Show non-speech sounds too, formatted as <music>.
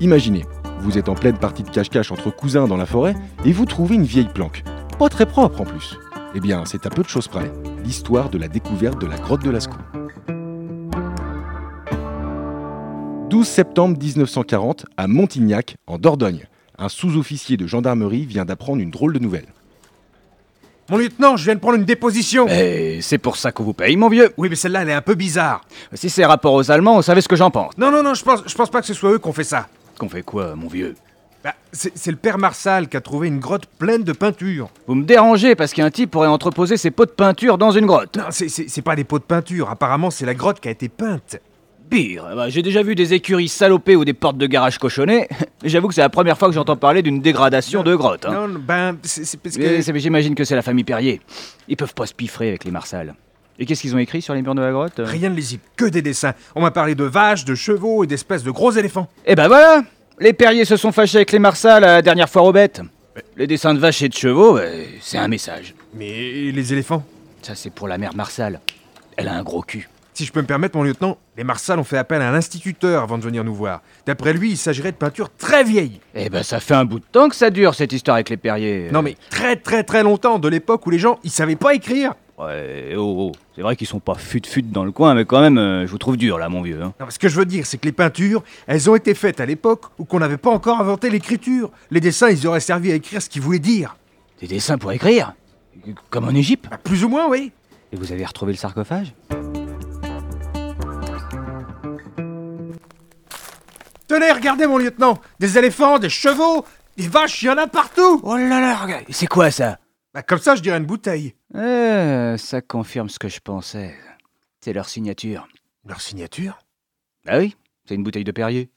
Imaginez, vous êtes en pleine partie de cache-cache entre cousins dans la forêt et vous trouvez une vieille planque. Pas très propre en plus. Eh bien, c'est à peu de choses près. L'histoire de la découverte de la grotte de Lascaux. 12 septembre 1940, à Montignac, en Dordogne, un sous-officier de gendarmerie vient d'apprendre une drôle de nouvelle. Mon lieutenant, je viens de prendre une déposition. Eh, c'est pour ça qu'on vous paye, mon vieux. Oui, mais celle-là, elle est un peu bizarre. Si c'est rapport aux Allemands, vous savez ce que j'en pense. Non, non, non, je pense, je pense pas que ce soit eux qu'on fait ça. Qu'on fait quoi, mon vieux Bah, c'est c'est le père Marsal qui a trouvé une grotte pleine de peinture. Vous me dérangez parce qu'un type pourrait entreposer ses pots de peinture dans une grotte. Non, Ah, c'est- c'est c'est pas des pots de peinture. Apparemment, c'est la grotte qui a été peinte. Pire, eh ben, j'ai déjà vu des écuries salopées ou des portes de garage cochonnées. <laughs> J'avoue que c'est la première fois que j'entends parler d'une dégradation de grotte. hein. Non, non, ben, c'est c'est parce Mais que. c'est- mais J'imagine que c'est la famille Perrier. Ils peuvent pas se piffrer avec les Marsal. Et qu'est-ce qu'ils ont écrit sur les murs de la grotte euh Rien ne lisible, que des dessins. On m'a parlé de vaches, de chevaux et d'espèces de gros éléphants. Eh ben voilà Les Perriers se sont fâchés avec les Marsal la dernière fois aux bêtes. Les dessins de vaches et de chevaux, euh, c'est un message. Mais les éléphants Ça, c'est pour la mère Marsal. Elle a un gros cul. Si je peux me permettre, mon lieutenant, les Marsal ont fait appel à un instituteur avant de venir nous voir. D'après lui, il s'agirait de peintures très vieilles. Eh ben, ça fait un bout de temps que ça dure, cette histoire avec les Perriers. Non, mais très très très longtemps, de l'époque où les gens, ils savaient pas écrire. Ouais, oh, oh. C'est vrai qu'ils sont pas fut-fut dans le coin, mais quand même, euh, je vous trouve dur, là, mon vieux. hein. Non, mais ce que je veux dire, c'est que les peintures, elles ont été faites à l'époque où qu'on n'avait pas encore inventé l'écriture. Les dessins, ils auraient servi à écrire ce qu'ils voulaient dire. Des dessins pour écrire Comme en Égypte Bah, plus ou moins, oui. Et vous avez retrouvé le sarcophage Tenez, regardez mon lieutenant, des éléphants, des chevaux, des vaches, il y en a partout. Oh là là, regarde C'est quoi, ça Bah, comme ça, je dirais une bouteille. Euh, ça confirme ce que je pensais. C'est leur signature. Leur signature Ah oui, c'est une bouteille de Perrier.